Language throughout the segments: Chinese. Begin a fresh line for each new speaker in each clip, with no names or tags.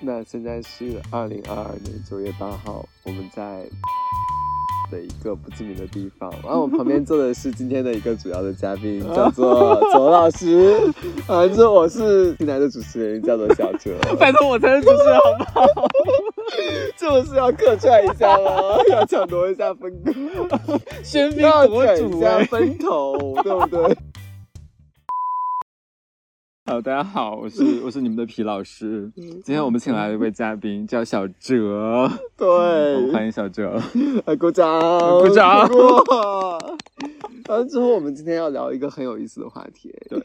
那现在是二零二二年九月八号，我们在的一个不知名的地方，然后我旁边坐的是今天的一个主要的嘉宾，叫 做左老师，反正我是新来的主持人，叫做小哲。
拜托我才是主持人好吗？
这不是要客串一下吗？ 要抢夺一下风格，
喧宾
要
夺
卷一
主
下
哎、
风头，对不对？
好，大家好，我 是我是你们的皮老师。
嗯
今天我们请来了一位嘉宾，叫小哲，我们
对，
欢迎小哲。
呃，鼓掌，
鼓 掌
通过。然后之后，我们今天要聊一个很有意思的话题，
对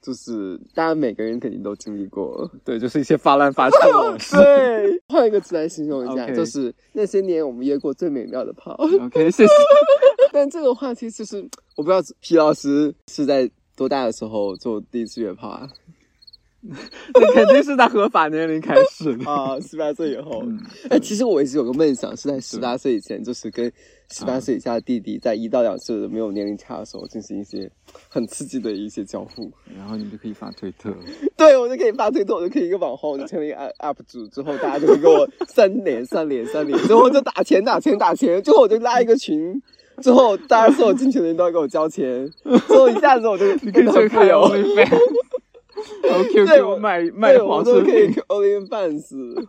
就是大家每个人肯定都经历过。
对，就是一些发烂发臭的 往事。
对，换一个词来形容一下
OK
就是那些年我们约过最美妙的炮。
OK，谢谢。
但这个话题其实我不知道皮老师是在多大的时候做第一次约炮啊？
这肯定是在合法年龄开始的。
啊，十八岁以后
嗯。
哎、其实我一直有个梦想，是在十八岁以前，就是跟十
啊
八岁以下的弟弟，在一到两岁的没有年龄差的时候，进行一些很刺激的一些交互。
然后你们就可以发推特。
对，我就可以发推特，我就可以一个网红，我就成为一个 UP UP 主之后，大家就会跟我三连、三连、三连，最后就打钱、打钱、打钱，最后我就拉一个群。之后，大家所有进群的人都要给我交钱，之后一下子我就
你可以
很
去
富
看
有，
OnlyFans，然后
对我
QQ 卖卖
对，我
黄
都
色
可以
品。
OnlyFans。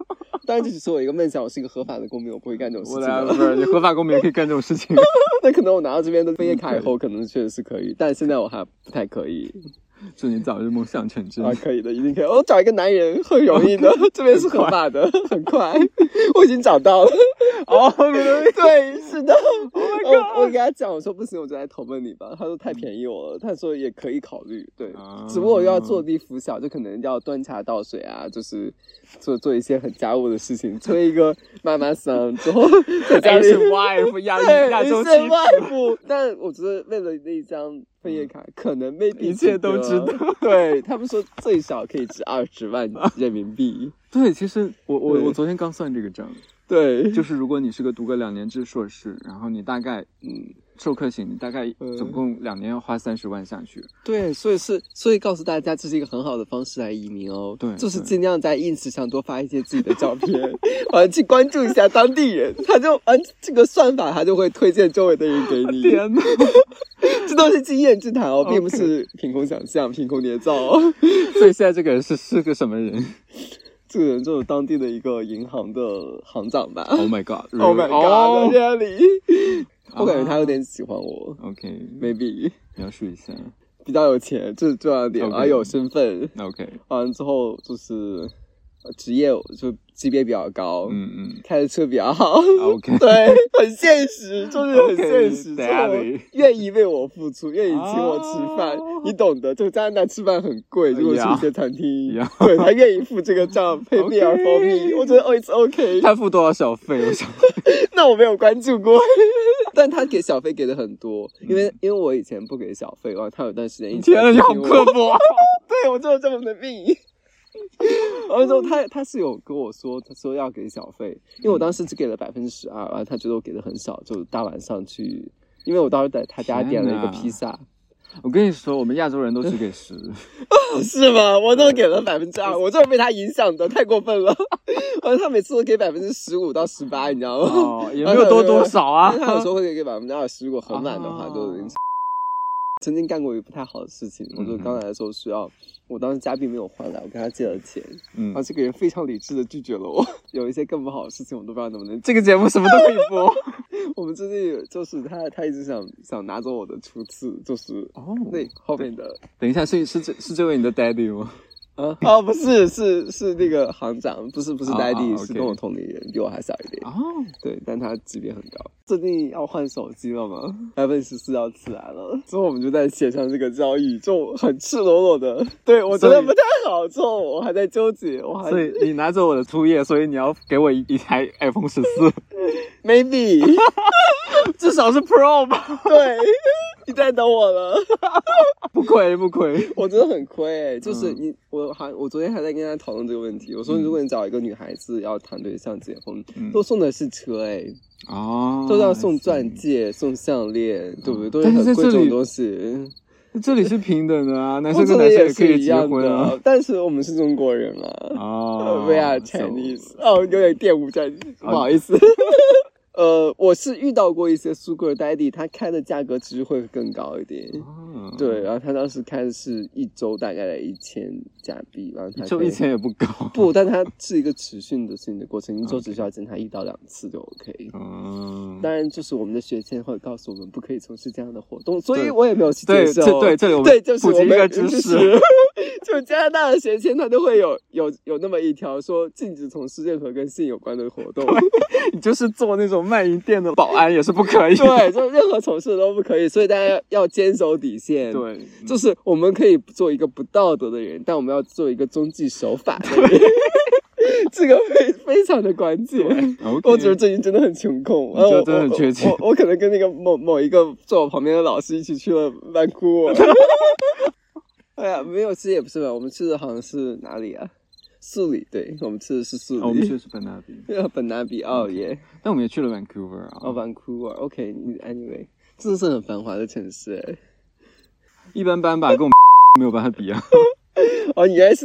当然，这只是我一个梦想，我是一个合法的公民，我不会干这种事
我
情
来，
的。
不是你合法公民也可以干这种事 情。
那可能我拿到这边的毕业卡以后，可能确实是可以，但现在我还不太可以。
祝你早日梦想成真
啊，。可以的，一定可以。我找一个男人很容易的， 这边是合法的，很快， 我已经找到了。
哦，
对，是的。哦我我给他讲，我说不行，我就来投奔你吧。他说太便宜我了，他说也可以考虑。对，
啊
只不过我要坐地拂晓，就可能要端茶倒水啊，就是做做一些很家务的事情，推一个妈妈桑之后 在家
哎
里。
wife 亚
对，
亚洲
一
妻
些
子。
外部，但我觉得为了那一张枫叶卡，可能未必
嗯一切
值
都
得
值得。
对他们说最少可以值二十 万人民币。
对，嗯其实我我
对
我昨天刚算这个账，
对，
就是如果你是个读个两年制硕士，然后你大概嗯授课型，你大概
嗯
总共两年要花三十万下去。
对，所以是，所以告诉大家，这是一个很好的方式来移民哦。
对
就是
对
尽量在 ins 上多发一些自己的照片， 完去关注一下当地人，他就完这个算法他就会推荐周围的人给你。
天哪！
这都是经验之谈哦，
OK
并不是凭空想象、凭空捏造、 哦。
所以现在这个人是是个什么人
这个人就是当地的一个银行的行长吧。
？Oh my god！
Oh my god！
哦
这里， 我感觉他有点喜欢我
OK，
，maybe
描述一下。
比较有钱，这是重要点，
OK
而有身份。
OK，
完了之后就是呃职业就级别比较高，
嗯嗯
开的车比较好，
，OK，
对，很现实，就是很
OK，
现实，就是
得啊
我
你
愿意为我付出，愿意请我吃饭，
哦
你懂得。就加拿大吃饭很贵，如果去一些餐厅
哎呀
对他愿意付这个账，pay me or for me，
OK
我觉得哦，it's OK。
他付多少小费？我想，
那我没有关注过， 嗯但他给小费给的很多，因为因为我以前不给小费，然后他有段时间一直
天
在
哪，你好
批评我
刻薄。
啊
啊
对我就是这么的命。 然后之后他他是有跟我说，他说要给小费，因为我当时只给了百分之十二，然后他觉得我给的很少，就大晚上去，因为我当时在他家点了一个披萨，
我跟你说，我们亚洲人都只给 十。
是吗？我都给了百分 之二，我就是被他影响的，太过分了。 然后他每次都给百分之十五到十八，你知道吗？
哦，也没有多多少啊
因。 为他有时候会给百分之二十，如果很晚的话
哦
都已经。曾经干过一个不太好的事情，我就
嗯
刚来的时候需要，我当时嘉宾没有还来，我跟他借了钱，
嗯
然后这个人非常理智的拒绝了我。 有一些更不好的事情，我都不知道能不能。
这个节目什么都可以 播。
我们最近就是他，他一直想想拿走我的初次，就是
哦
那后面的
等一下，是是这是这位你的 daddy 吗？
啊哦，不是是是那个行长，不是不是
啊
daddy，、
啊
是
OK
跟我同龄人，比我还小一点。
哦，
对，但他级别很高。最近要换手机了吗？iPhone 十四要起来了，之后我们就在协商这个交易，就很赤裸裸的。对我觉得
所以
不太好，之后我还在纠结，我还
所以你拿走我的初夜，所以你要给我一一台 iPhone 十 四，
maybe
至少是 Pro 吧？
对，你在等我了。
不亏不亏。
我觉得很亏、欸，就是你，我还我昨天还在跟他讨论这个问题。我说，
嗯
如果你找一个女孩子要谈对象结婚，
嗯
都送的是车、欸，
哦嗯
哎，都要送钻戒、送项链，对不对？都
但是
很
在
贵
这
重的
里
东西。
这里是平等的啊，男生
这
跟
个
男生
也
也可
是
以
一
结
样
婚啊
的。，但是我们是中国人啊。
哦
We are
so-
Chinese。哦，有点玷污 Chinese，不
啊
好意思。呃，我是遇到过一些 Sugar Daddy，他开的价格其实会更高一点。
哦
对，，然后他当时开的是一周大概一千加币，然后他
就
可以
一千也不 高。
不，但它是一个持续的训的过程，一周只需要检查一到两次就 OK。
嗯，
当然，就是我们的学签会告诉我们不可以从事这样的活动，所以
对
我也没有去
对
接受。
这对这里我们
对，就是
普及
我
一
们
个知
就是
识，
就是加拿大的学签，它都会有有有那么一条说禁止从事任何跟性有关的活动，
你就是做那种卖淫店的保安也是不可以。
对，就是任何从事的都不可以，所以大家要坚守底线。，
对，
就是是我们可以做一个不道德的人，但我们要做一个遵纪守法的人， 这个非非常的关键。
OK。
我觉得最近真的很穷控，
你就
啊我
真的很缺钱
我我我我可能跟那个某某一个坐我旁边的老师一起去了曼谷。 哎呀，没有，其实也不是吧，我们去的好像是哪里啊？素里，对，我们去的是素
哦我们
里。
去的是本纳比，
呃， 本拿比奥耶，
但我们也去了 Vancouver 啊。
哦，曼谷啊，OK，你 anyway，真的是很繁华的城市 哎。
一般般吧，跟我们没有办法比啊。
哦，你原来是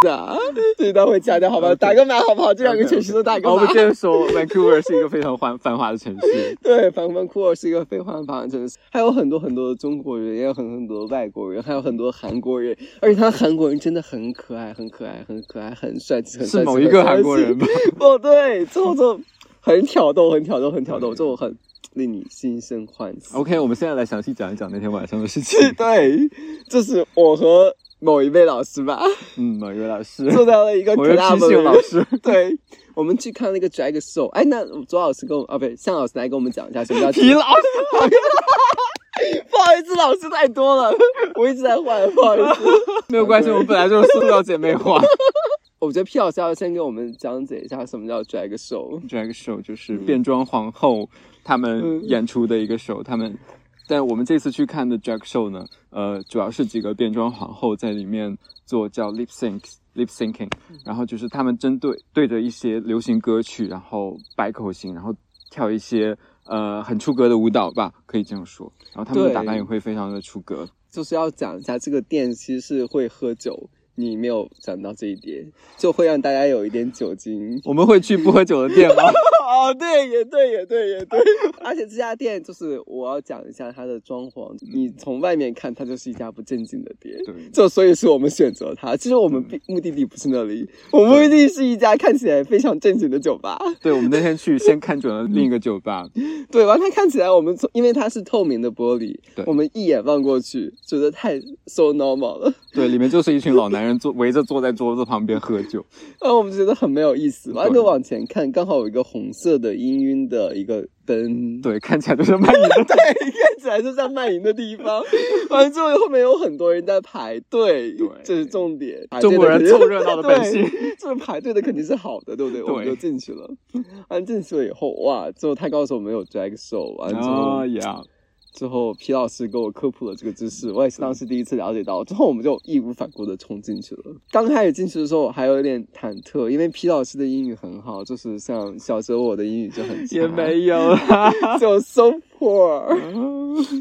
的啊，这一段会掐掉好吧？
OK
打个码好不好？这两个城市都打个
好哦我
码
们。接着说，Vancouver 是一个非常繁繁华的城市。
对，反曼库尔是一个非常繁华城市，还有很多很多的中国人，也有很很多的外国人，还有很多韩国人，而且他韩国人真的很可爱，很可爱，很可爱，很帅气，很帅气
是某一个韩国人？吧？
很帅气哦，对，最后就很挑逗，很挑逗，很挑逗，就很令你心生欢喜。
OK，我们现在来详细讲一讲那天晚上的事 情。
对，就是我和某一位老师吧，
嗯，某一位老师，
坐到了一个
我又
club
批
里
评老师，
对，我们去看那个 drag show。哎，那左老师跟我啊，不对，向老师来跟我们讲一下什么 叫
皮老师，
不好意思，老师太多了， 我一直在 换，不好意思。
没有关系，我们本来就是塑料姐妹花。
我觉得 P 老师要先给我们讲解一下什么叫 drag show。
drag show 就是变装皇后他们演出的一个 show，他们。但我们这次去看的 drag show 呢，呃，主要是几个变装皇后在里面做叫 lip sync lip syncing，然后就是他们针对对着一些流行歌曲，然后摆口型，然后跳一些呃很出格的舞蹈吧，可以这样说。然后他们的
对
打扮也会非常的出格，
就是要讲一下这个店其实是会喝酒，你没有讲到这一点，就会让大家有一点酒精。
我们会去不喝酒的店吗？
哦，对，也对，也对，也对。 而且这家店就是我要讲一下它的装潢，你从外面看它就是一家不正经的店。
对，
就所以是我们选择它。其实我们并目的地不是那里，我们目的地是一家看起来非常正经的酒吧。
对，我们那天去先看准了另一个酒吧，
对，完它看起来我们从因为它是透明的玻璃
对，
我们一眼望过去觉得太 so normal 了，
对，里面就是一群老男人坐围着坐在桌子旁边喝酒，
然后我们觉得很没有意思。完了
对
就往前看，刚好有一个红色的氤氲的一个灯。
对，看起来就是卖淫的
对，看起来就像卖淫的地方， 完了之后后面有很多人在排队，
对
这是重点。
中国人
排队的
凑热闹的本性。
对这排队的肯定是好的，对不对？我们就进去了。完进去了以后，哇，之后他告诉我们有 drag show，完之后、
啊呀，
之后皮老师给我科普了这个知识，我也是当时第一次了解到。之后我们就义无反顾的冲进去了。刚开始进去的时候我还有点忐忑，因为皮老师的英语很好，就是像小时候我的英语就很差，
也没 有嗯啦。
就 so poor，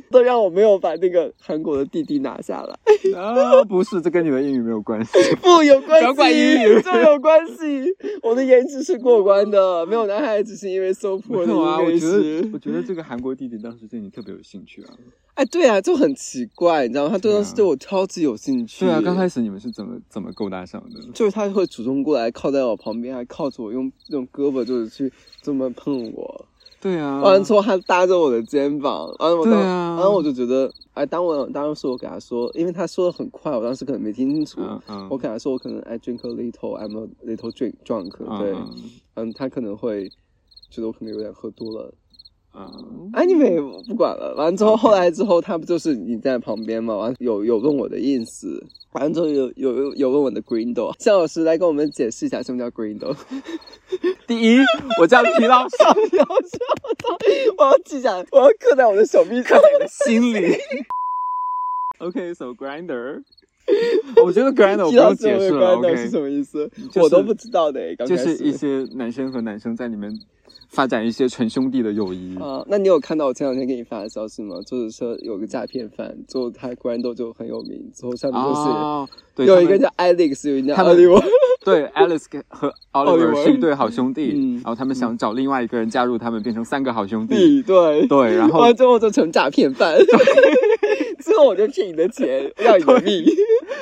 都让我没有把那个韩国的弟弟拿下来。
啊，不是，这跟你的英语没有关系。
不有关
不要怪英
系，
语
这有关系。我的颜值是过关的，没有男孩子是因为 so poor
没有啊，
的
我
颜
觉得，
值
我。觉得这个韩国弟弟当时对你特别有兴趣啊。
哎，对啊，就很奇怪，你知道吗？他对
对啊
当时对我超级有兴趣。
对啊，刚开始你们是怎么怎么勾搭上的？
就是他会主动过来靠在我旁边，还靠着我用用胳膊就是去这么碰我。
对啊，
完了之后还搭着我的肩膀，完了我
对
当，
啊
然后我就觉得，哎，当我当时我给他说，因为他说的很快，我当时可能没听清楚。
嗯嗯，
我给他说，哦我可能哎 I drink a little, I'm a little drink drunk，
嗯
对。
嗯
嗯，他可能会觉得我可能有点喝多了。
嗯
Anyway，我不管了。完了之后，
OK
后来之后，他不就是你在旁边嘛？完了有有问我的 ins，完了之后有有有问我的 green door。向老师来跟我们解释一下什么叫 green door。
第一，我叫皮老师，
然后之 后，我要记下来，我要刻在我的手臂上。
心里 OK，so、Grinder，我觉得 Grinder 我不
知道所
用解
谓
释了
grinder 是
，OK，
什么意思，
就是
我都不知道的诶。刚
就
开始
是一些男生和男生在里面发展一些纯兄弟的友谊。
啊、那你有看到我前两天给你发的消息吗？就是说有个诈骗犯，最后他 Grinder 就很有名，最后上面就是。
哦，对，
有
他
一个
们
叫 Alex，有一个叫
他
奥
们
利沃。
对 Alice 跟和 Oliver
Oliver
是一对好兄弟，
嗯
然后他们想找另外一个人加入他们，变成三个好兄弟。
对对，
对，然后
完之后就成诈骗犯。最后我就骗你的钱，要你的命。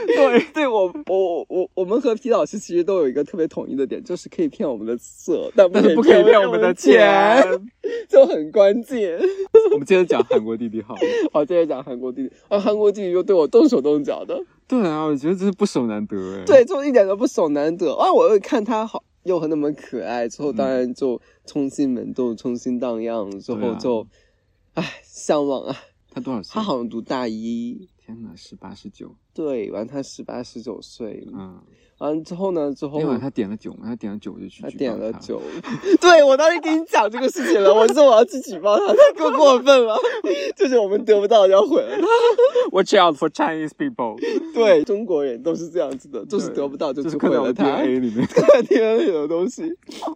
对，对我我我我我们和皮老师其实都有一个特别统一的点，就是可以骗我们的色，但
但是
不
不可以骗
我
我们的
钱。
钱。
就很关键。
我们接着讲韩国弟 弟好了。
好，接着讲韩国弟弟啊，韩国弟弟又对我动手动脚的，
对啊，我觉得这是不守难得哎。，
对，就一点都不手难得啊！我又看他好，又和那么可爱，之后当然就冲心门洞、冲心荡漾，之
嗯对
后
啊
就，唉，向往啊！
他多少岁？
他好像读大一，
天哪，十八十九。
对，完他十八十九岁，
嗯，
完之后呢，之后
那晚他点了酒嘛，他点了酒我就去
他
举报
点了
他，
酒，对我当时跟你讲这个事情了，我说我要去举报他，他够过分了， 就是我们得不到要毁了他。
Watch out for Chinese people，
对，中国人都是这样子的， 就是
对
得不到就
就
去
是
毁
看到
了
我
他。
DNA 里面。
看 DNA 的东西。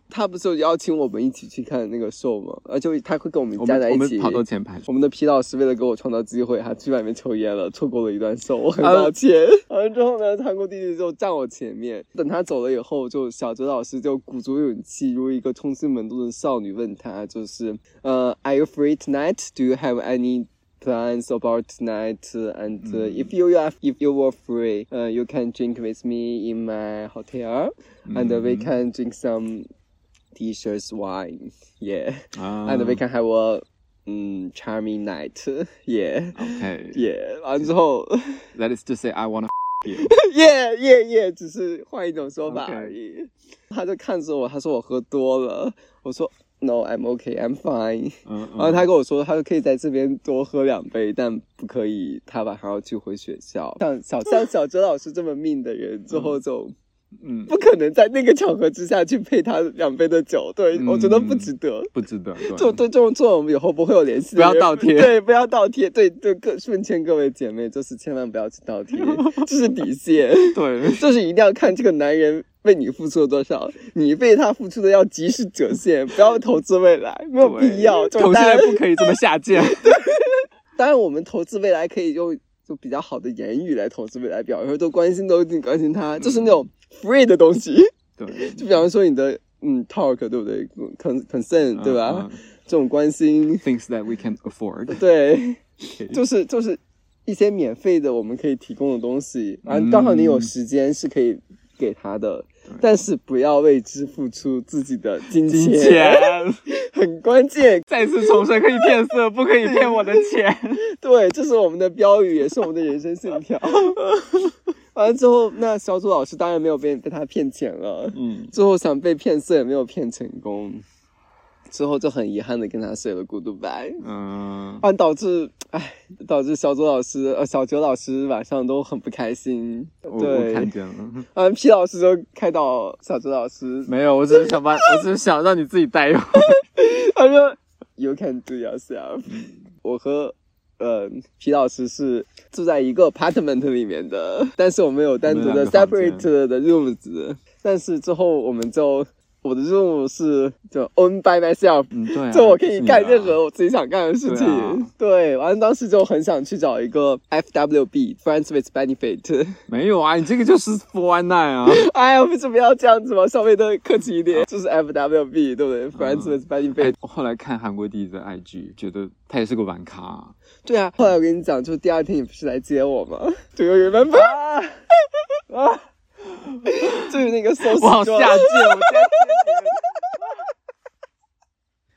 他不是有邀请我们一起去看那个 show 吗？呃，就他会跟我们
我
加
们
在
我
一
们
起。
跑到前排去，
我们的皮老师为了给我创造机会，还去外面抽烟了，错过了一段 show，我很抱 歉。完、啊之后呢，韩国弟弟就站我前面，等他走了以后，就小哲老师就鼓足勇气，如一个冲心门洞的少女问他，就是呃，Are you free tonight? Do you have any plans about tonight? And、uh,
嗯
if you are if you were free, uh, you can drink with me in my hotel, and we
嗯
can drink some delicious wine. Yeah.
啊
and we can have a 嗯 charming night. Yeah.
OK，That
Yeah，完之后
is to say I wanna you。
，Yeah Yeah Yeah，只是换一种说法
OK
而已。他就看着我，他说我喝多了。我说 No，I'm okay，I'm fine。
嗯，嗯
然哦后他跟我说，他说可以在这边多喝两杯，但不可以，他晚上要去回学校。像小像小哲老师这么命的人，之后就
嗯
不可能在那个场合之下去配他两杯的酒，对、
嗯
我觉得不值得。
不值得，
就对这种 做我们以后不会有联系的
不要
人
倒贴
对，不要倒贴，对对，各奉劝各位姐妹，就是千万不要去倒 贴，这是底线，
对
就是一定要看这个男人为你付出了多少，你为他付出的要及时折现，不要投资未来，没有必要。就
投
是当
现在
然，
不可以这么下贱。
当然我们投资未来可以用就比较好的言语来投资未来，比方说多关心多关心他，就是那种 free 的东西，
对，
就比方说你的嗯 talk 对不对，con consent 对吧？这种关心。
嗯？Things that we can afford，
对
OK，
就是就是一些免费的我们可以提供的东西，啊
嗯，
刚好你有时间是可以给他的，但是不要为之付出自己的金
金钱。
很关键。
再次重申，可以骗色，不可以骗我的钱。
对，这是我们的标语，也是我们的人生信条。 完了之后，那小组老师当然没有被被他骗钱了，
嗯，
最后想被骗色也没有骗成功，之后就很遗憾的跟他 say 了 goodbye。
嗯，
啊，导致哎，导致小左老师呃小哲老师晚上都很不开心。
我我看
对，
见了，
嗯，皮老师就开导小哲老师，
没有，我只是想 把，我只是想让你自己带用。
他说 You can do yourself。我 和呃皮老师是住在一个 apartment 里面的，但是我们有单独
我
的
们有两个房间
separate 的 rooms，但是之后我们就我的 room 是就 own by myself，
嗯，对 啊，
就我可以干任
是你的啊。
何我自己想干的事情。
对啊
对，完了当时就很想去找一个 FWB Friends with Benefit。
没有啊，你这个就是 for one night 啊。
哎呀，为什么要这样子嘛？稍微的客气一点，就是 FWB，对不对？Friends with Benefit。
嗯哎，我后来看韩国弟弟的 IG，觉得他也是个玩咖啊。
对啊，后来我跟你讲，就是第二天你不是来接我吗？Do you remember？就是那个 so
我好
strong
下贱，我现在见你了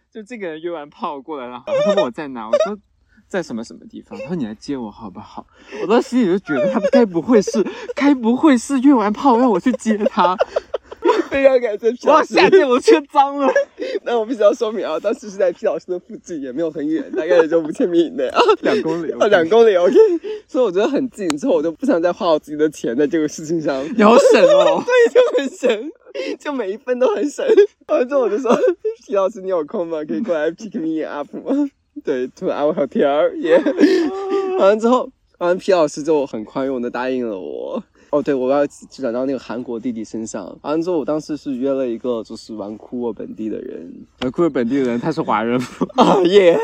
就这个人约完炮过来了，他问我在哪，我说在什么什么地方，他说你来接我好不好？我当时心里就觉得他该不会是，该不会是约完炮让我去接他，
非常感谢皮
我
老
要
师。
下贱，我缺脏了。
那我必须要说明啊，当时是在皮老师的附近，也没有很远，大概也就五千米以内啊。
两 公里，
啊，两公里 OK，所以我觉得很近，之后我就不想再花我自己的钱在这个事情上，
你好省 哦。
对，就很神，就每一分都很神。 完之后我就说，皮老师你有空吗？可以 过来 pick me up 吗？对，to our hotel，耶、完了之后。然后皮老师就很宽容的答应了我。哦，对，我要转到那个韩国弟弟身上。完了之后，我当时是约了一个就是玩库沃本地的人，
呃，库尔本地人他是华人吗，
啊耶！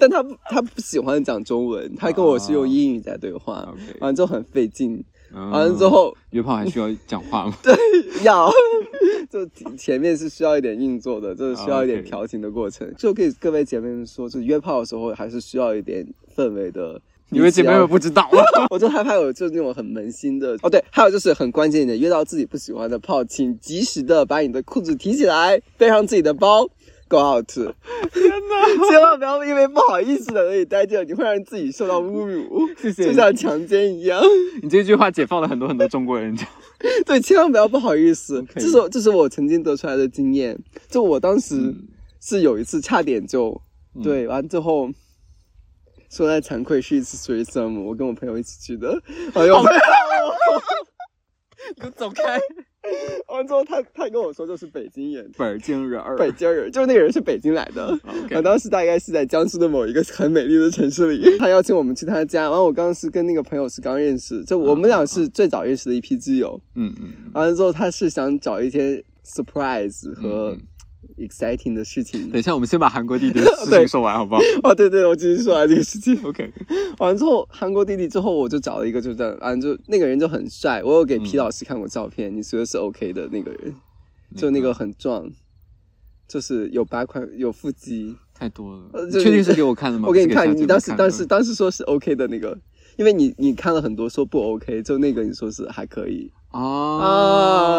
但他不他不喜欢讲中文，他跟我是用英语在对话
OK，
完了之后很费劲。
嗯
完了之后
约炮还需要讲话吗？嗯
要， 就前面是需要一点硬座的，就是需要一点
啊 OK
调情的过程。就给各位姐妹们说，就约炮的时候还是需要一点氛围的。
你们姐妹们
不？
不知 道
我就害怕有就是那种很扪心的哦，对，还有就是很关键一点，约到自己不喜欢的炮，请及时的把你的裤子提起来，背上自己的包，go out。天哪，千万不要因为不好意思的而已待着，你会让自己受到侮辱，
谢谢
就
你，
像强奸一样。
你这句话解放了很多很多中国人。
对，千万不要不好意思
OK
这是我这是我曾经得出来的经验。就我当时
嗯
是有一次差点就、
嗯
对，完之后说来惭愧，是一次 threesome，我跟我朋友一起去的。哎
哦
呦，
你走开，
完之后他他跟我说就是北京人，
北京人儿。
北京人，就是那个人是北京来的。
OK
我当时大概是在江苏的某一个很美丽的城市里，他邀请我们去他家。完，我刚是跟那个朋友是刚认识，就我
啊
们俩是最早认识的一批基友。
嗯嗯，
完了之后，他是想找一些 surprise 和
嗯
exciting 的事情。
等一下，我们先把韩国弟弟的事 情
对
说完，好不好
哦，对对，我继续说啊这个事情。
？OK，
完了之后，韩国弟弟之后，我就找了一个，就这样，啊，就那个人就很帅，我有给皮老师看过照片，你觉得是 OK 的那个人，就那个很壮，就是有八块有腹肌，
太多了，
呃
你
就
确定是给我看的吗？
我给你
不是
看，
小姐
你
妹
当时
看的
当时当时说是 OK 的那个，因为你你看了很多说不 OK，就那个你说是还可以
哦
啊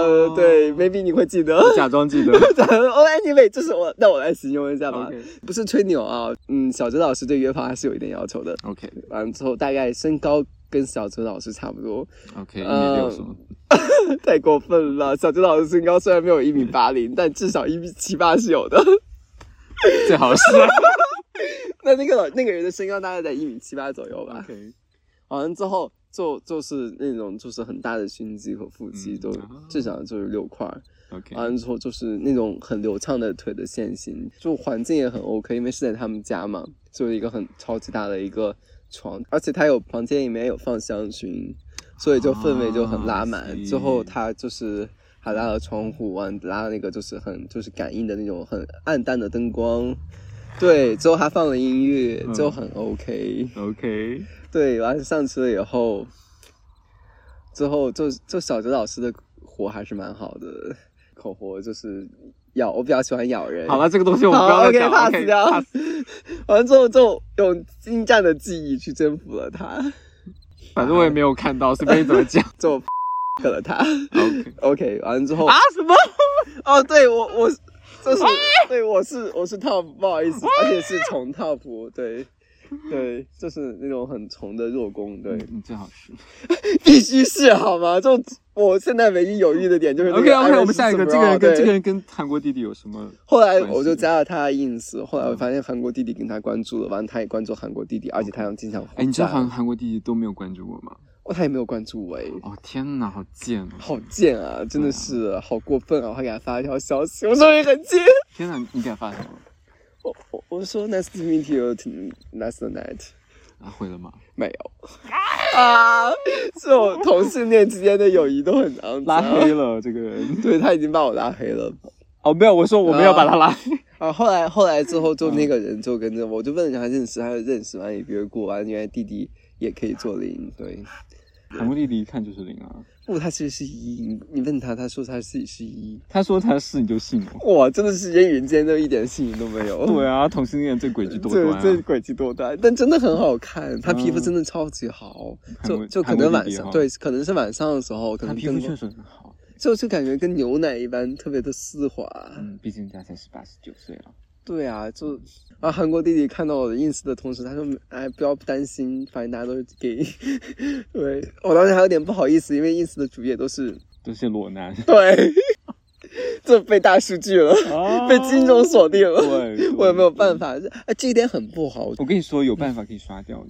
啊，，
对，maybe 你会记得。
我假装记 得。
哦，anyway，就是我，那我来形容一下吧
OK
不是吹牛啊，嗯，小哲老师对约炮还是有一点要求的，
OK
完了之后大概身高跟小哲老师差不多，
OK，一米六
嗯
是吗？
太过分了。小哲老师身高虽然没有一米八零，但至少一米七八是有的。
最好是。啊
那那个老那个人的身高大概在一米七八左右吧。
OK，
完了之后就就是那种就是很大的胸肌和腹肌
嗯
都、
啊
至少就是六块儿，
OK，
完了之后就是那种很流畅的腿的线型，就环境也很 OK，因为是在他们家嘛，就是一个很超级大的一个床，而且他有房间里面有放香薰，所以就氛围就很拉满。
啊，I see
之后他就是还拉了窗户，完拉了那个就是很就是感应的那种很暗淡的灯光。对，之后还放了音乐，
嗯
就很 OK。
OK，
对，完上车以后，之后就就小哲老师的活还是蛮好的，口活就是咬，我比较喜欢咬人。
好了，这个东西我们不
好
要
，OK
再讲
pass
，OK，
掉
pass。
完之后就用精湛的技艺去征服了他，
反正我也没有看到，随便你怎么 讲。
就克了他。
OK
OK，完之后，
啊什么？
哦，对我我就是对我是我是 top，不好意思，而且是重 top，对。对，就是那种很重的弱攻，对，
你嗯最好是。
必须是好吗？就我现在唯一犹豫的点就是那个
OK OK，
Irish
我们下一个，
Spring
这个人跟
啊对
这个人跟韩国弟弟有什么？
后来我就加了他的 ins，后
嗯
来我发现韩国弟弟跟他关注了，完了他也关注韩国弟弟，而且他想经常互
哎，你知道
赞
韩韩国弟弟都没有关注我吗？
哦，他也没有关注我哎。
哦天哪，好贱哦！
好贱啊！真的是好过分啊！我还给他发一条消息，我说你很贱。
天哪，你给他发什么？
我我我说 nice to meet you to- last night，
啊，回了吗？
没有啊！ 这种同性恋之间的友谊都很肮
拉
脏。
黑 了这个人。
对他已经把我拉黑了。
哦，没有，我说我没有把他拉黑。
啊，后来后来之后，就
嗯
那个人就跟着我，我就问人家认识，他就认识完也约过，完原来弟弟也可以做零，对，
韩国弟弟一看就是零啊。
不，他其实是一，你你问他，他说他自己是一，
他说他是你就信我。
哇，真的是人与人之间都一点吸引都没有，
对啊，同性恋最诡计多端啊。
这这诡计多端，但真的很好看，他皮肤
嗯
真的超级好，
韩
就
国
就可
韩国
能
弟
晚
弟
上
哈
对，可能是晚上的时候，可
他
能
皮肤
灯
确
光
实很好。
就就感觉跟牛奶一般，特别的丝滑，
嗯，毕竟人家才十八十九岁了。
对啊，就啊，韩国弟弟看到我的 ins 的同时，他说：“哎，不要担心，反正大家都是 gay。” 对，我当时还有点不好意思，因为 ins 的主页都是
都是裸男，
对，这被大数据了，被金钟锁定了，
哦对，
我也没有办
法。
法。哎，这一点很不好。
我跟你说，有办法可以刷掉的。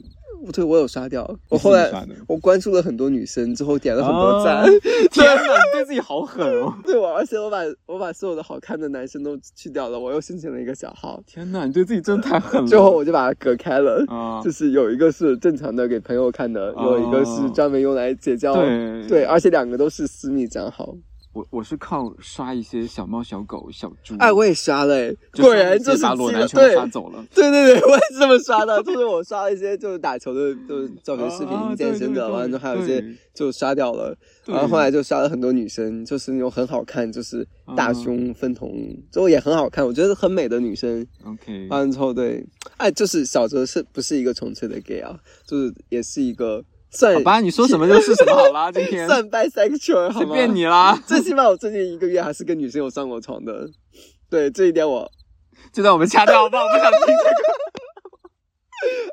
对我有刷掉，我
你自
后
己
来
刷的
我关注了很多女生，之后点了很多赞，
啊天哪，你对自己好狠哦！
对我，而且我把我把所有的好看的男生都去掉了，我又申请了一个小号，
天哪，你对自己真的太狠了。
最后我就把它隔开了。
啊，
就是有一个是正常的给朋友看的，有一个是
哦
专门用来结交，
对
对，而且两个都是私密账号。
我我是靠刷一些小猫、小狗、小猪。
哎，我也刷了哎，
就
果然
直接
就是
把裸
基本
男全部
对
刷走了。
对对对，我也是这么刷的，就是我刷了一些就是打球的，就是照片、视
啊
频、健身
对对
的，
对
完了之后还有一些
对
就刷掉了，
对
然后后来就刷了很多女生，就是那种很好看，就是大
啊
胸分瞳，就也很好看，我觉得很美的女生。
OK，
完了之后，嗯对，哎，就是小哲是不是一个纯粹的 gay 啊？就是也是一个算
好吧，你说什么就是什么好啦，今天
算 bisexual 好
随
吗？
便你啦。
最起码我最近一个月还是跟女生有上过床的，对这一点我
就让我们掐掉好不好？我不想听这个。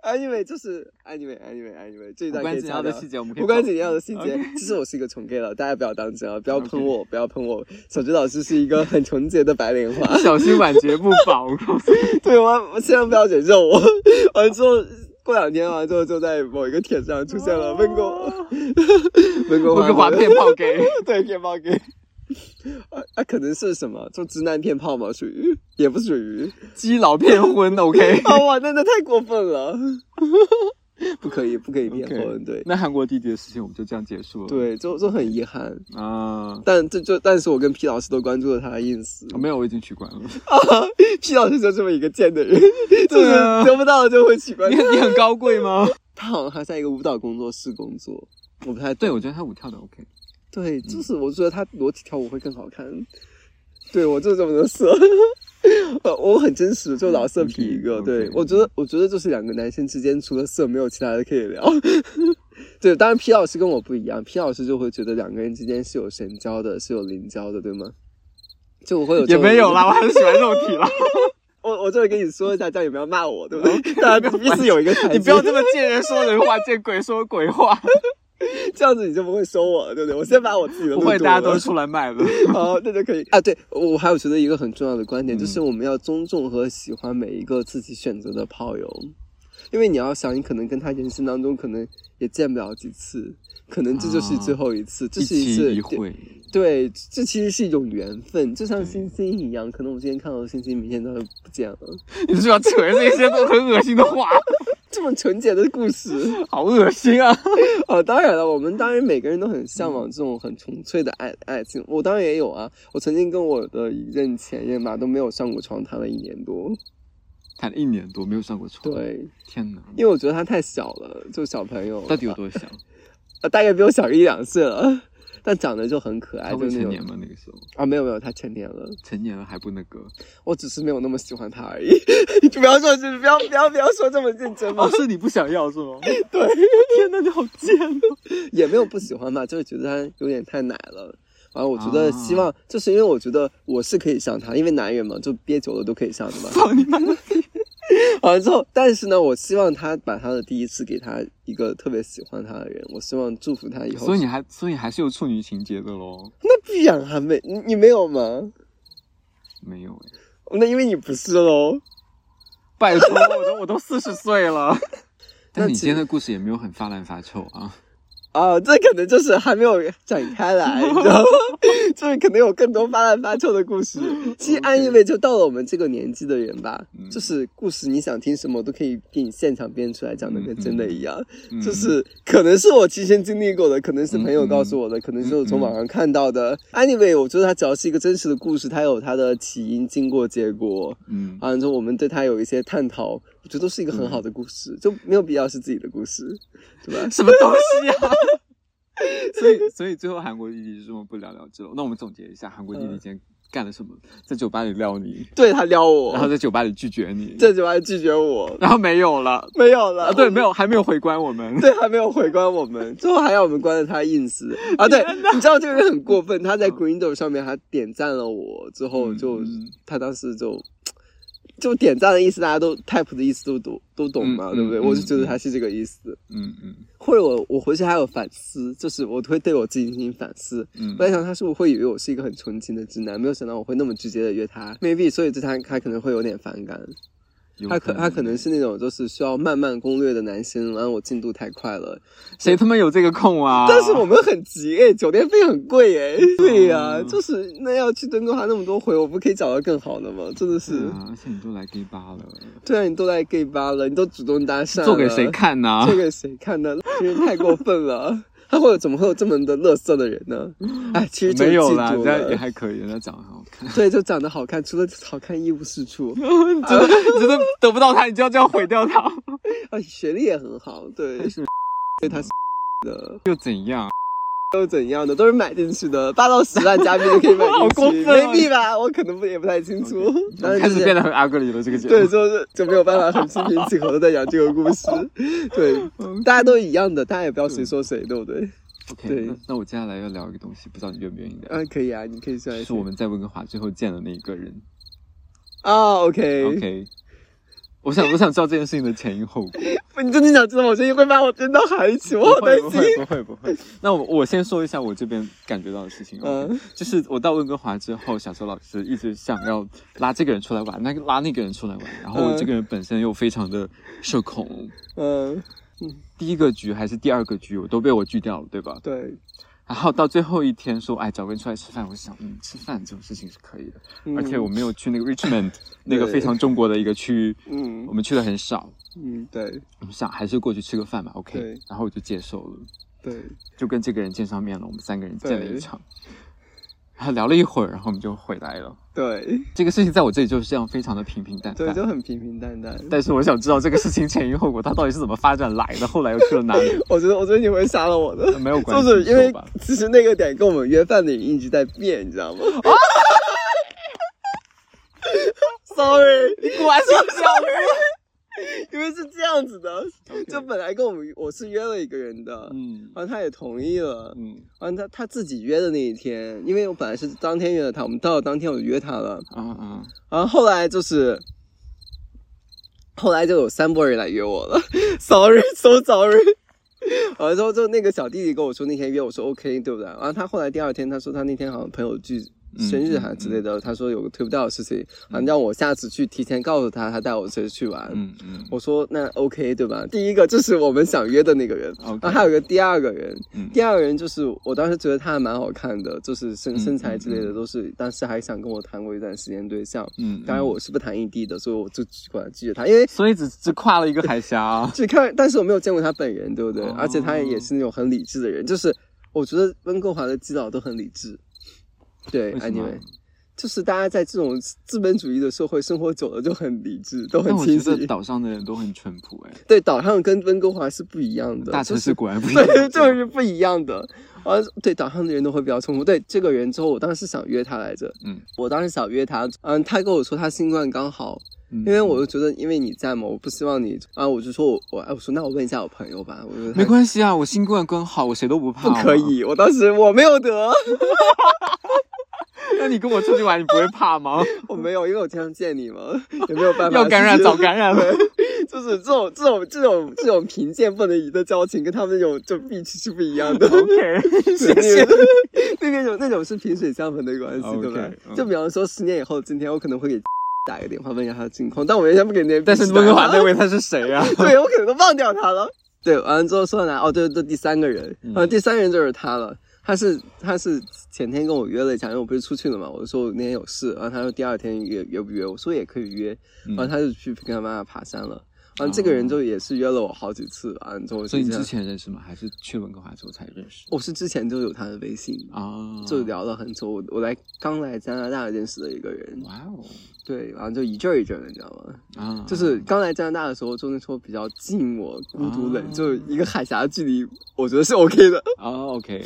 anyway 就是 anyway anyway anyway 这一
无
段可
关
以
紧
掐
要的
掉。
细节，我们可以
无关
走
紧要的细节
OK，
其实我是一个纯 gay 了，大家不要当真啊！不要喷我，不要喷我。小哲老师是一个很纯洁的白莲花，
小心晚节不 保。我告诉你
对我，我千万不要忍受我。 完了之后，过两天完了之后就在某一个帖子上出现了温哥 温哥
我哦跟华
的
骗炮给。
对骗炮给， 啊啊，可能是什么？就直男骗炮嘛，属于也不属于。
基佬骗婚，OK。
啊哇，那那太过分了， 不可以，不可以骗婚，对
那韩国弟弟的事情我们就这样结束了。
对，就就很遗憾。
啊，哦
但这就，但是我跟皮老师都关注了他的 ins，
没有，我已经取关了。
皮老师就这么一个贱的人，就是
对啊
得不到就会取关
你。你很高贵吗？
他好像还在一个舞蹈工作室工作，我不太
对，我觉得他舞跳的 OK。
对，就是我觉得他裸体跳舞会更好看。对我就是这么的色， 呃我很真实，就老色皮一个。
嗯，OK，
对
OK
我觉得，我觉得就是两个男生之间除了色没有其他的可以聊。 对，当然皮老师跟我不一样，皮老师就会觉得两个人之间是有神交的，是有灵交的，对吗？就我会有这
也
种
没有啦，，我还是喜欢肉体啦。
我我这里跟你说一下，这样有没有骂我，对不对？
哦
大家 彼此有一个台阶，
你不要这么见人说人话，见鬼说鬼话。
这样子，你就不会收我了，对不对？我先把我自己的
不
路
会，
堵
大家
了
都出来卖 的。
好，那就可以啊。对我还有觉得一个很重要的观点，
嗯
就是我们要尊重和喜欢每一个自己选择的炮友，因为你要想，你可能跟他人生当中可能也见不了几次，可能这就是最后一次，这
啊一
是一
期
次
一会，
对，这其实是一种缘分，就像
对
星星一样，可能我今天看到的星星，明天它就不见了。
你是不是要扯这些都很恶心的话？
这么纯洁的故事，
好恶心啊！
哦，当然了，我们当然每个人都很向
嗯
往这种很纯粹的爱爱情。我当然也有啊，我曾经跟我的一任前任嘛都没有上过床，谈了一年多。
谈了一年多没有上过床，，
对，
天哪，
因为我觉得他太小了，就小朋友，
到底有多小？
呃大概比我小个一两岁了，但长得就很可爱，
他
就
未
是
成
那
年
种
吗？那个时候
啊，没有没有，他成年了，
成年了还不那个？
我只是没有那么喜欢他而已。 你不要说，就是不要不要不要说这么认真嘛
哦，，是你不想要是吗？
对，
天哪，你好贱哦！
也没有不喜欢吧，就是觉得他有点太奶了。完了，我觉得
啊
希望、就是因为我觉得我是可以上他，因为男人嘛，就憋久了都可以上的嘛。
操你妈！
完了之后，但是呢，我希望他把他的第一次给他一个特别喜欢他的人，我希望祝福他以后。
所以你还，所以还是有处女情节的喽？
那必然还没你你没有吗？
没有哎，
那因为你不是喽。
拜托，我都我都四十岁 了。
那
但你
其
今天的故事也没有很发烂发臭啊，
啊，这可能就是还没有展开来， 你知道吗？就是可能有更多发烂发臭的 故事。其实安因为就到了我们这个年纪的人吧，
嗯
就是故事你想听什么，我都可以给你现场编出来，讲的跟真的一样。
嗯
就是可能是我亲身经历过的，可能是朋友告诉我
嗯
的，可能是我从网上看到的。anyway，我觉得它只要是一个真实的故事，它有它的起因、经过、结果。
嗯，
啊，就我们对它有一些探讨，我觉得都是一个很好的故事，就没有必要是自己的故事，对 吧？
什么东西啊？ 所以，所以最后韩国弟弟是我们不了了之了。那我们总结一下，韩国弟弟今天干了什么？在酒吧里撩你，
对他撩我，
然后在酒吧里拒绝 你，
这就还拒绝我，
然后没有了
没有了。
啊？对，没有，还没有回关我们。
对，还没有回关我们， 最后还让我们关了他 ins 啊！对，你知道这个人很过分，他在 Green Door 上面还点赞了我，之后
嗯
就、
嗯
他当时就就点赞的意思，大家都 type 的意思都懂都懂嘛，
嗯
对不对？
嗯
我就觉得他是这个意思。
嗯嗯
或者我我回去还有反思，就是我会对我自己进行反思。
嗯
本来想他是不是会以为我是一个很纯情的直男，没有想到我会那么直接的约他，maybe，所以对他他可能会有点反感。
有
他可他可能是那种就是需要慢慢攻略的男生，然后我进度太快了。
谁他妈有这个空啊？
但是我们很急哎，酒店费很贵哎。 对呀、就是那要去登哥华那么多回，我不可以找到更好的吗？真的是。
对啊，而且你都来 gay 吧了，
对啊，你都来 gay 吧了，你都主动搭讪了，
做给谁看啊呢、
啊做给谁看呢？因为太过分了。他会有怎么会有这么的乐色的人呢？哎，其实就是
没有
嫉
啦，
妒
人家也
了
还可以，人家长得很好看。
对，就长得好看，除了好看一无是 处。
你真的你真的得不到他，你就要这样毁掉他，
啊，学历也很好，对，对他是 的，
又怎样？
又怎样的，都是买进去的，八到十万加币就可以买
好过
进去，
分哦
没币吧？我可能不也不太清楚
OK，
但是
开
就
始
是
变得很 ugly 了，这个节目。
对，就是就没有办法很心平气和的在讲这个故事，对， 大家都一样的，大家也不要谁说谁，对不对？
OK，
对
那那我接下来要聊一个东西，不知道你愿不愿意聊，
啊，可以啊，你可以说一
嗯是我们在温哥华最后见的那一个人。
啊，OK，,
OK，我想我想知道这件事情的前因后果。
不你真的想知道我声音会把我扔到海里去，我好
不
担
会不
心。
会不会不会。那我我先说一下我这边感觉到的事情。嗯、
嗯
就是我到温哥华之后，小周老师一直想要拉这个人出来玩，那个拉那个人出来玩，然后我
嗯
这个人本身又非常的社恐。
嗯，
第一个局还是第二个局，我都被我拒掉了，对吧？
对，
然后到最后一天说，哎，找个人出来吃饭，我想，嗯，吃饭这种事情是可以的，
嗯
而且我没有去那个 Richmond 那个非常中国的一个区域，
嗯
我们去的很少，
嗯，对
我们想还是过去吃个饭吧，OK，
对
然后我就接受了，
对，
就跟这个人见上面了，我们三个人见了一
对
场，然后聊了一会儿，然后我们就回来了。
对
这个事情在我这里就是这样，非常的平平淡
对，
淡。
就很平平淡淡。
但是我想知道这个事情前因后果，它到底是怎么发展来的，后来又去了哪里？
我觉得，我觉得你会杀了我的
那，没有关
就
系，
是因为
说吧
其实那个点跟我们约饭的人一直在变，你知道吗
哦
？Sorry，
你果然是这样子。
因为是这样子的
OK
就本来跟我们我是约了一个人的，
嗯
然后他也同意了，
嗯
然后他他自己约的那一天，因为我本来是当天约的他，我们到了当天我就约他了，
嗯嗯，
然后后来就是。后来就有三波人来约我了，sorry，so sorry。完之后就那个小弟弟跟我说那天约我说 OK 对不对？然后他后来第二天他说他那天好像朋友聚
嗯
生日还之类的，他说有个推不掉的事情，啊让我下次去提前告诉他，他带我出去去玩。
嗯嗯，
我说那 OK 对吧？第一个就是我们想约的那个人
OK
然后还有个第二个人，
嗯
第二个人就是我当时觉得他还蛮好看的，就是身
嗯
身材之类
嗯
的都是，当时还想跟我谈过一段时间对象，
嗯，
当然
嗯，
我是不谈异地的，所以我就果然拒绝他，因为
所以只只跨了一个海峡啊。
只看，但是我没有见过他本人，对不对？
哦
而且他也是那种很理智的人，就是我觉得温哥华的基佬都很理智。对
为什么
，anyway，就是大家在这种资本主义的社会生活久了就很理智，都很
但我
清
觉得
醒。
岛上的人都很淳朴哎，
对，岛上跟温哥华是不一样的，
大城市
就是
果然 不一样。
对，就是不一样的。啊，对，岛上的人都会比较冲突。对这个人之后，我当时想约他来着，
嗯，
我当时想约他，嗯，他跟我说他新冠刚好，
因
因为我就觉得因为你在嘛，我不希望你啊，我就说我我哎，我说那我问一下我朋友吧，我说他
没关系啊，我新冠刚好，我谁都不怕。
不可。以，我当时我没有得，
那你跟我出去玩，你不会怕吗？
我 没有，因为我经常见你嘛，也没有办法
要感染
就是
早感染了。
就是这种这种这种这种贫贱不能移的交情，跟他们那种就必须是不一样的。
OK，谢哦谢。
对那个那个种那种是萍水相逢的关系，对吧
OK，嗯？
就比方说十年以后的今天，我可能会给 打个电话问一下他的近况，但我原先不给那，
但是温 哥华那位他是谁啊？
对我可能都忘掉他了。对，完了之后说哪？哦，对对，第三个人，
嗯
然后第三个人就是他了。他是他是前天跟我约了一下，因为我不是出去了嘛，我说我那天有事，然后他说第二天约约不约？我说也可以约，
嗯
然
哦
后他就去跟他妈妈爬山了。然后这个人就也是约了我好几次，完了之后我
所
就
以你
这样
之前认识吗？还是去温哥华之后才认识？
我是之前就有他的微信，
啊，
就。聊了很久。我我来刚来加拿大认识的一个人，
哇哦
对，然后就一阵儿一阵儿的，你知道吗？
啊，
就是刚来加拿大的时候，就那时候比较寂寞、孤独冷，
啊
就一个海峡的距离，我觉得是 OK 的。
哦，OK，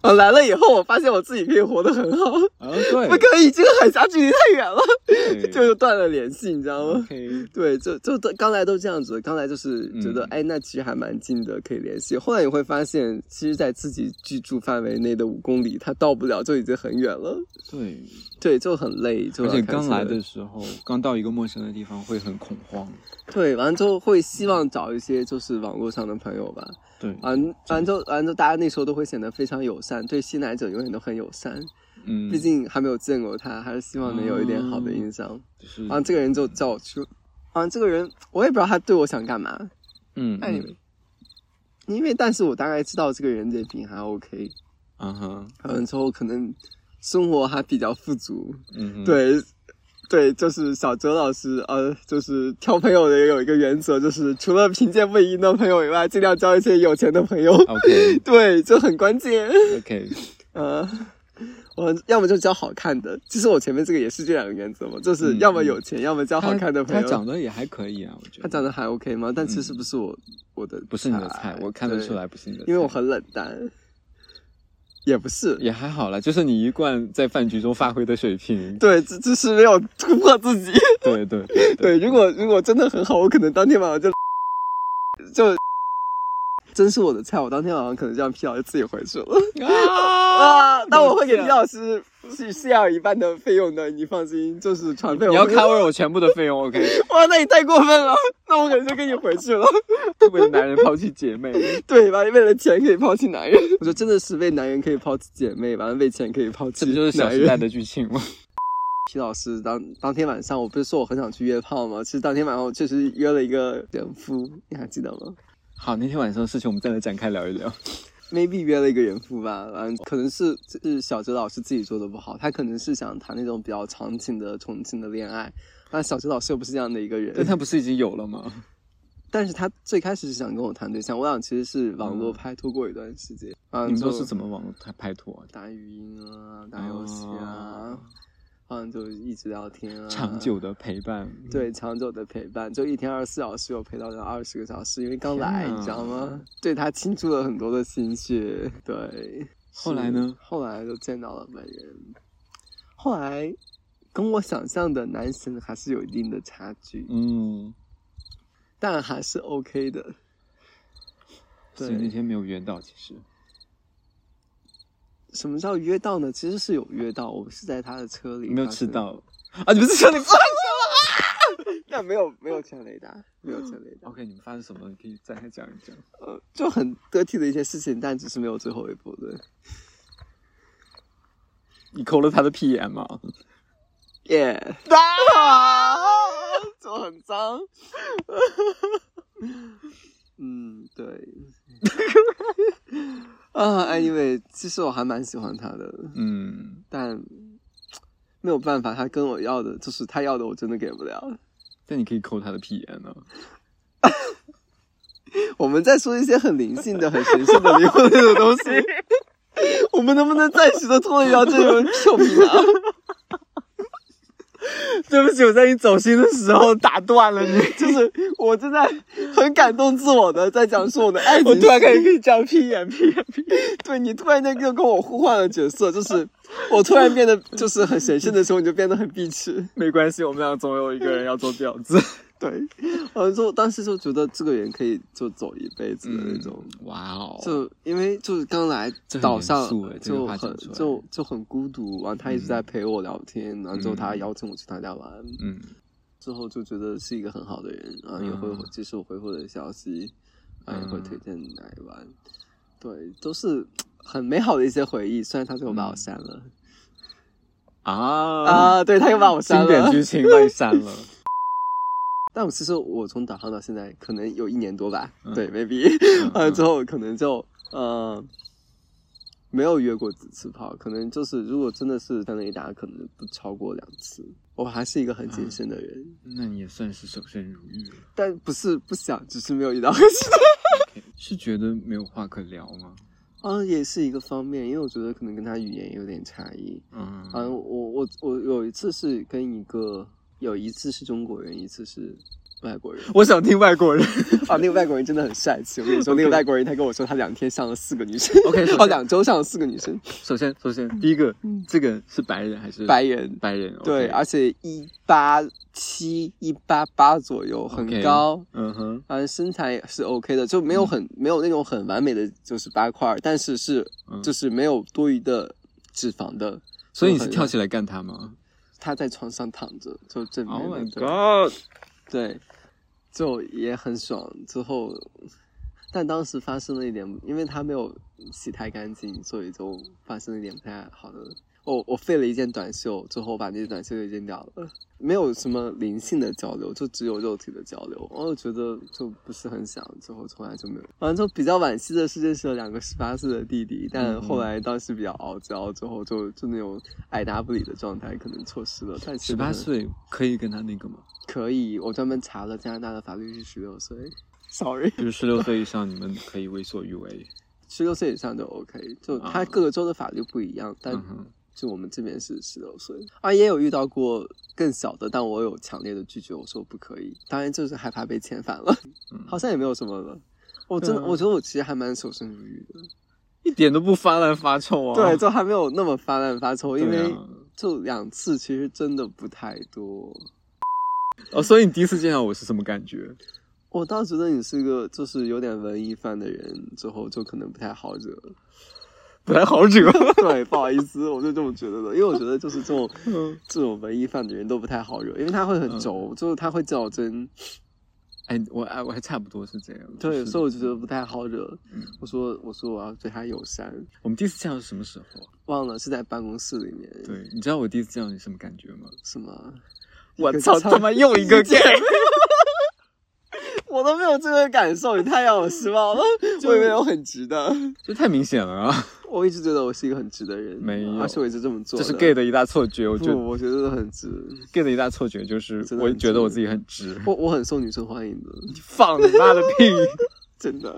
啊，来了以后，我发现我自己可以活得很好，
啊，对，
不可以，这个海峡距离太远了，
对嗯
就就断了联系，你知道吗？
OK，
对，就就刚来都这样子，刚来就是觉得，
嗯
哎，那其实还蛮近的，可以联系。后来你会发现，其实，在自己居住范围内的五公里，它到不了就已经很远了，
对，
对，就很累，就
而
要
且
开
刚
车
来的时候，刚到一个陌生的地方会很恐慌。
对，完了之后会希望找一些就是网络上的朋友吧，
对，
完完之后，完之后，大家那时候都会显得非常友善，对新来者永远都很友善。
嗯，
毕竟还没有见过他，还是希望能有一点好的印象。啊
就是
然后这个人就叫我去好像这个人我也不知道他对我想干嘛。
嗯，
哎
嗯，
因为但是我大概知道这个人人品还 OK，
嗯哼，
嗯，之后可能生活还比较富足，
嗯 哼，
对。对，就是小哲老师，呃，就是挑朋友的有一个原则，就是除了贫贱不淫的朋友以外，尽量交一些有钱的朋友。
，OK
对，这很关键。
OK，
呃，我要么就交好看的，其实我前面这个也是这两个原则嘛，就是
嗯
要么有钱，要么交 好看的朋友。
他长得也还可以啊，我觉得
他长得还 OK 吗？但其实不是我、我的，
不是你的菜，我看得出，来不是你的菜，
对因为我很冷淡，也不是，
也还好啦，就是你一贯在饭局中发挥的水平。
对，这这是没有突破自己。
对对对
对，如果如果真的很好，我可能当天晚上就就真是我的菜，我当天晚上可能这样批老师自己回去了。
啊！
啊，那我会给
这
李
样
老师是是要一半的费用的，你放心，就是船费。
你要 cover 我全部的费用，OK？
哇，那你太过分了， 那我可能就跟你回去了，
为男人抛弃姐妹，
对吧？为了钱可以抛弃男人， 我说真的是为男人可以抛弃姐妹，完了为钱可以抛弃
这不就是《小
男
时代》
人。
的剧情吗？
皮老师当当天晚上，我不是说我很想去约炮吗？其实当天晚上我确实约了一个人夫，你还记得吗
好，那天晚上的事情我们再来展开聊一聊。
？maybe 约了一个人夫吧，完可能是是小哲老师自己做的不好，他可能是想谈那种比较长情的重情的恋爱，但小哲老师又不是这样的一个人，
但他不是已经有了吗？
但是他最开始是想跟我谈对象，我俩其实是网络拍拖过一段时间。嗯
嗯你们都是
么
怎么网拍拍拖啊？
打语音啊，
哦
打游戏啊，嗯，就一直聊天啊，
长久的陪伴，
对长久的陪伴，就一天二十四小时，有陪到他二十个小时，因为刚
天
来，
哪
你知道吗？对他倾注了很多的心血。对，
后来呢
是？后来就见到了本人，后来跟我想象的男神还是有一定的差距，
嗯，
但还是 OK 的。
所
对
以那天没有约到，其实
什么叫约到呢？其实是有约到，我是在他的车里，
没有吃。到啊！你们是说你不
那没有没有全雷达，没有全雷达，
？OK，你们发生什么？你可以展开讲一讲。
呃，就很得体的一些事情，但只是没有最后一步对。
你抠了他的啊屁眼吗？
耶、 啊，就很脏。 嗯，对。啊，anyway，其实我还蛮喜欢他的，
嗯，
但没有办法，他跟我要的就是他要的，我真的给不了。
但你可以抠他的啊屁眼呢。
我们在说一些很灵性的、很神圣的灵魂类的东西， 我们能不能暂时的脱离掉这种 臭皮囊？
对不起，我在你走心的时候打断 了你，
就是我正在很感动自我的，在讲述我的爱情。
我突然开始跟你讲屁眼屁眼屁眼。
对你突然间就跟我互换了角色，就是我突然变得就是很神圣的时候，你就变得很碧池。
没关系，我们俩总有一个人要做婊子。
对，我就当时就觉得这个人可以就走一辈子的那种。
嗯哇哦，
就因为就是刚来
这很
岛
严
上
肃哎这个
就
话讲
很欸
出来
就就很孤独，然后他一直在陪我聊天，然后之后他
嗯
邀请我去他家玩，
嗯
之后就觉得是一个很好的人，然后也会
嗯
接受回复的消息，然后也会
嗯
推荐来玩，对，都是很美好的一些回忆。虽然他最后把
嗯
我删了、
啊，
啊，对，他又把我删
经典
了，
剧情被删了。
但我其实我从岛上到现在可能有一年多吧，
嗯
对，maybe，
嗯
呃，之后可能就呃没有约过几次炮，可能就是如果真的是三雷达，可能不超过两次。我还是一个很谨慎
嗯
的人，
那你也算是守身如玉了。
但不是不想，只是没有遇到合适的。
OK，是觉得没有话可聊吗？
嗯，也是一个方面，因为我觉得可能跟他语言有点差异。
嗯
嗯，我我我有一次是跟一个，有一次是中国人，一次是外国 人。
我想听外国人。
啊，那个外国人真的很帅气。我跟你说，那个外国人他跟我说，他两天上了四个女 生
OK，首
哦，
先
两周上了四个女生，
首先，首先第一个，这个是白人还是
嗯白人，
白人？
对，而且一八七、一八八左右，很
OK
高，
嗯哼，
嗯，身材也是 OK 的，就没有很没有那种很完美的就是八块，但是是
嗯
就是没有多余的脂肪的。
所以你是跳起来干他吗
他在床上躺着，就正面
？Oh
的
my
对
god！
对，就也很爽。之后但当时发生了一点，因为它没有洗太干净，所以就发生了一点不太好的。我我费了一件短袖，最后把那件短袖给扔掉了，没有什么灵性的交流，就只有肉体的交流。我觉得就不是很想，最后从来就没有。反正就比较惋惜的是认识了两个十八岁的弟弟，但
嗯
后来当时比较傲娇，最后就就那种爱答不理的状态可能错失了。但
十八岁可以跟他那个吗？
可以，我专门查了加拿大的法律是十六岁。Sorry，
就是十六岁以上，你们可以为所欲为。
十六岁以上都 OK，就他各个州的法律不一样，啊嗯、但就我们这边是十六岁啊，也有遇到过更小的，但我有强烈的拒绝，我说不可以。当然就是害怕被遣返了，嗯、好像也没有什么了。我真的，啊、我觉得我其实还蛮守身如玉的，
一点都不发烂发臭啊。
对，就还没有那么发烂发臭，因为就两次，其实真的不太多。
哦，所以你第一次见到我是什么感觉？
我倒觉得你是个就是有点文艺范的人，之后就可能不太好惹，
不太好惹。
对，不好意思，我就这么觉得的，因为我觉得就是这 种这种文艺范的人都不太好惹，因为他会很轴，嗯、就是他会较真。
哎，我哎我还差不多是这样。
对，所以我就觉得不太好惹。嗯、我说我说我要对他友善。
我们第一次见到是什么时候？
忘了，是在办公室里面。
对，你知道我第一次见到你什么感觉吗？
什么？
我操他妈又一个 gay！
我都没有这个感受，你太让我失望了。我以为我很直的，
这太明显了啊！
我一直觉得我是一个很直的人，
没有，
而且我一直这么做。
这是 gay 的一大错觉，我觉得，
我觉得很直。
gay 的一大错觉就是，我觉得我自己很直，
我我很受女生欢迎的。
你放你妈的屁！
真 的，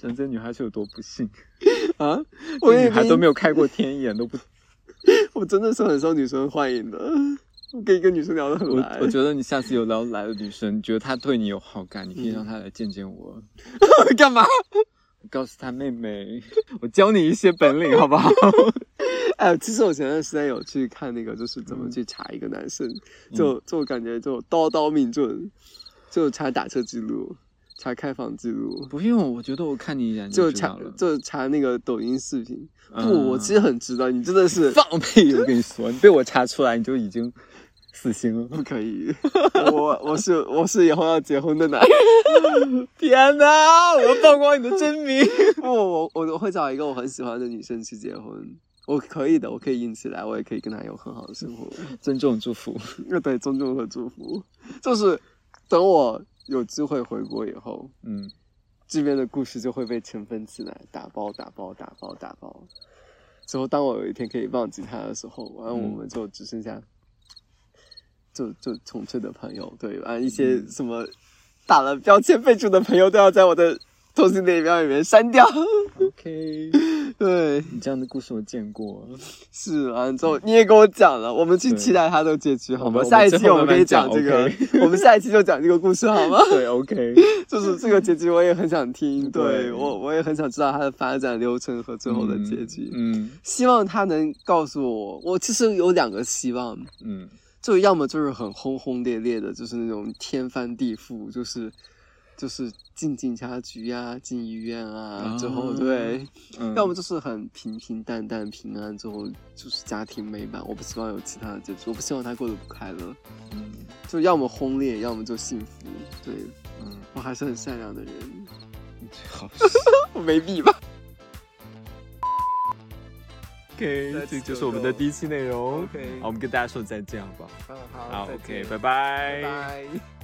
真这女孩是有多不幸
啊？
我女孩都没有开过天眼，都不，
我真的是很受女生欢迎的。 跟一个女生聊得很
来，我我觉得你下次有聊得来的女生，你觉得她对你有好感，你可以让她来见见我。
嗯、干嘛？
我告诉她妹妹，我教你一些本领，好不 好？
哎，其实我前段时间有去看那个，就是怎么去查一个男生，嗯、就就感觉就刀刀命中，就查打车记录，查开房记录。
不用，我觉得我看你一眼
就查就查那个抖音视频。嗯、不，我其实很知道，你真的是
放屁！我跟你说，你被我查出来，你就已经。死刑
不可以， 我我是我是以后要结婚的男
人。天哪！我曝光你的真名。
不，我我会找一个我很喜欢的女生去结婚，我可以的，我可以硬起来，我也可以跟她有很好的生活。
尊重祝福，
对，尊重和祝福，就是等我有机会回国以后，嗯，这边的故事就会被尘封起来，打包打包打包打包。之后，当我有一天可以忘记他的时候，然后我们就只剩下。就就纯粹的朋友，对吧？一些什么打了标签备注的朋友，都要在我的同性恋表里面删掉。
OK，
对
你这样的故事我 见过。
是啊，之后你也跟我讲了，我们去期待他的结局，好吗？下一期
我
们可以讲这个，我们下一期就讲这个故事，好吗？
对，OK，
就是这个结局我也很想 听，对我我也很想知道它的发展流程和最后的结局。
嗯，
希望他能告诉我，我其实有两个希望。
嗯。
就要么就是很轰轰烈烈的，就是那种天翻地覆，就是就是进警察局啊，进医院啊，之后对；
嗯、
要么就是很平平淡淡、平安，之后就是家庭美满。我不希望有其他的结局，我不希望他过得不快乐。
嗯，
就要么轰烈，要么就幸福。对，
嗯，
我还是很善良的人。
你最好，
我没必吧。
OK，这就是我们的第一期内容。
OK，
好，我们跟大家说再见，好不好？
嗯，
好
好
，OK，
拜
拜拜。
拜。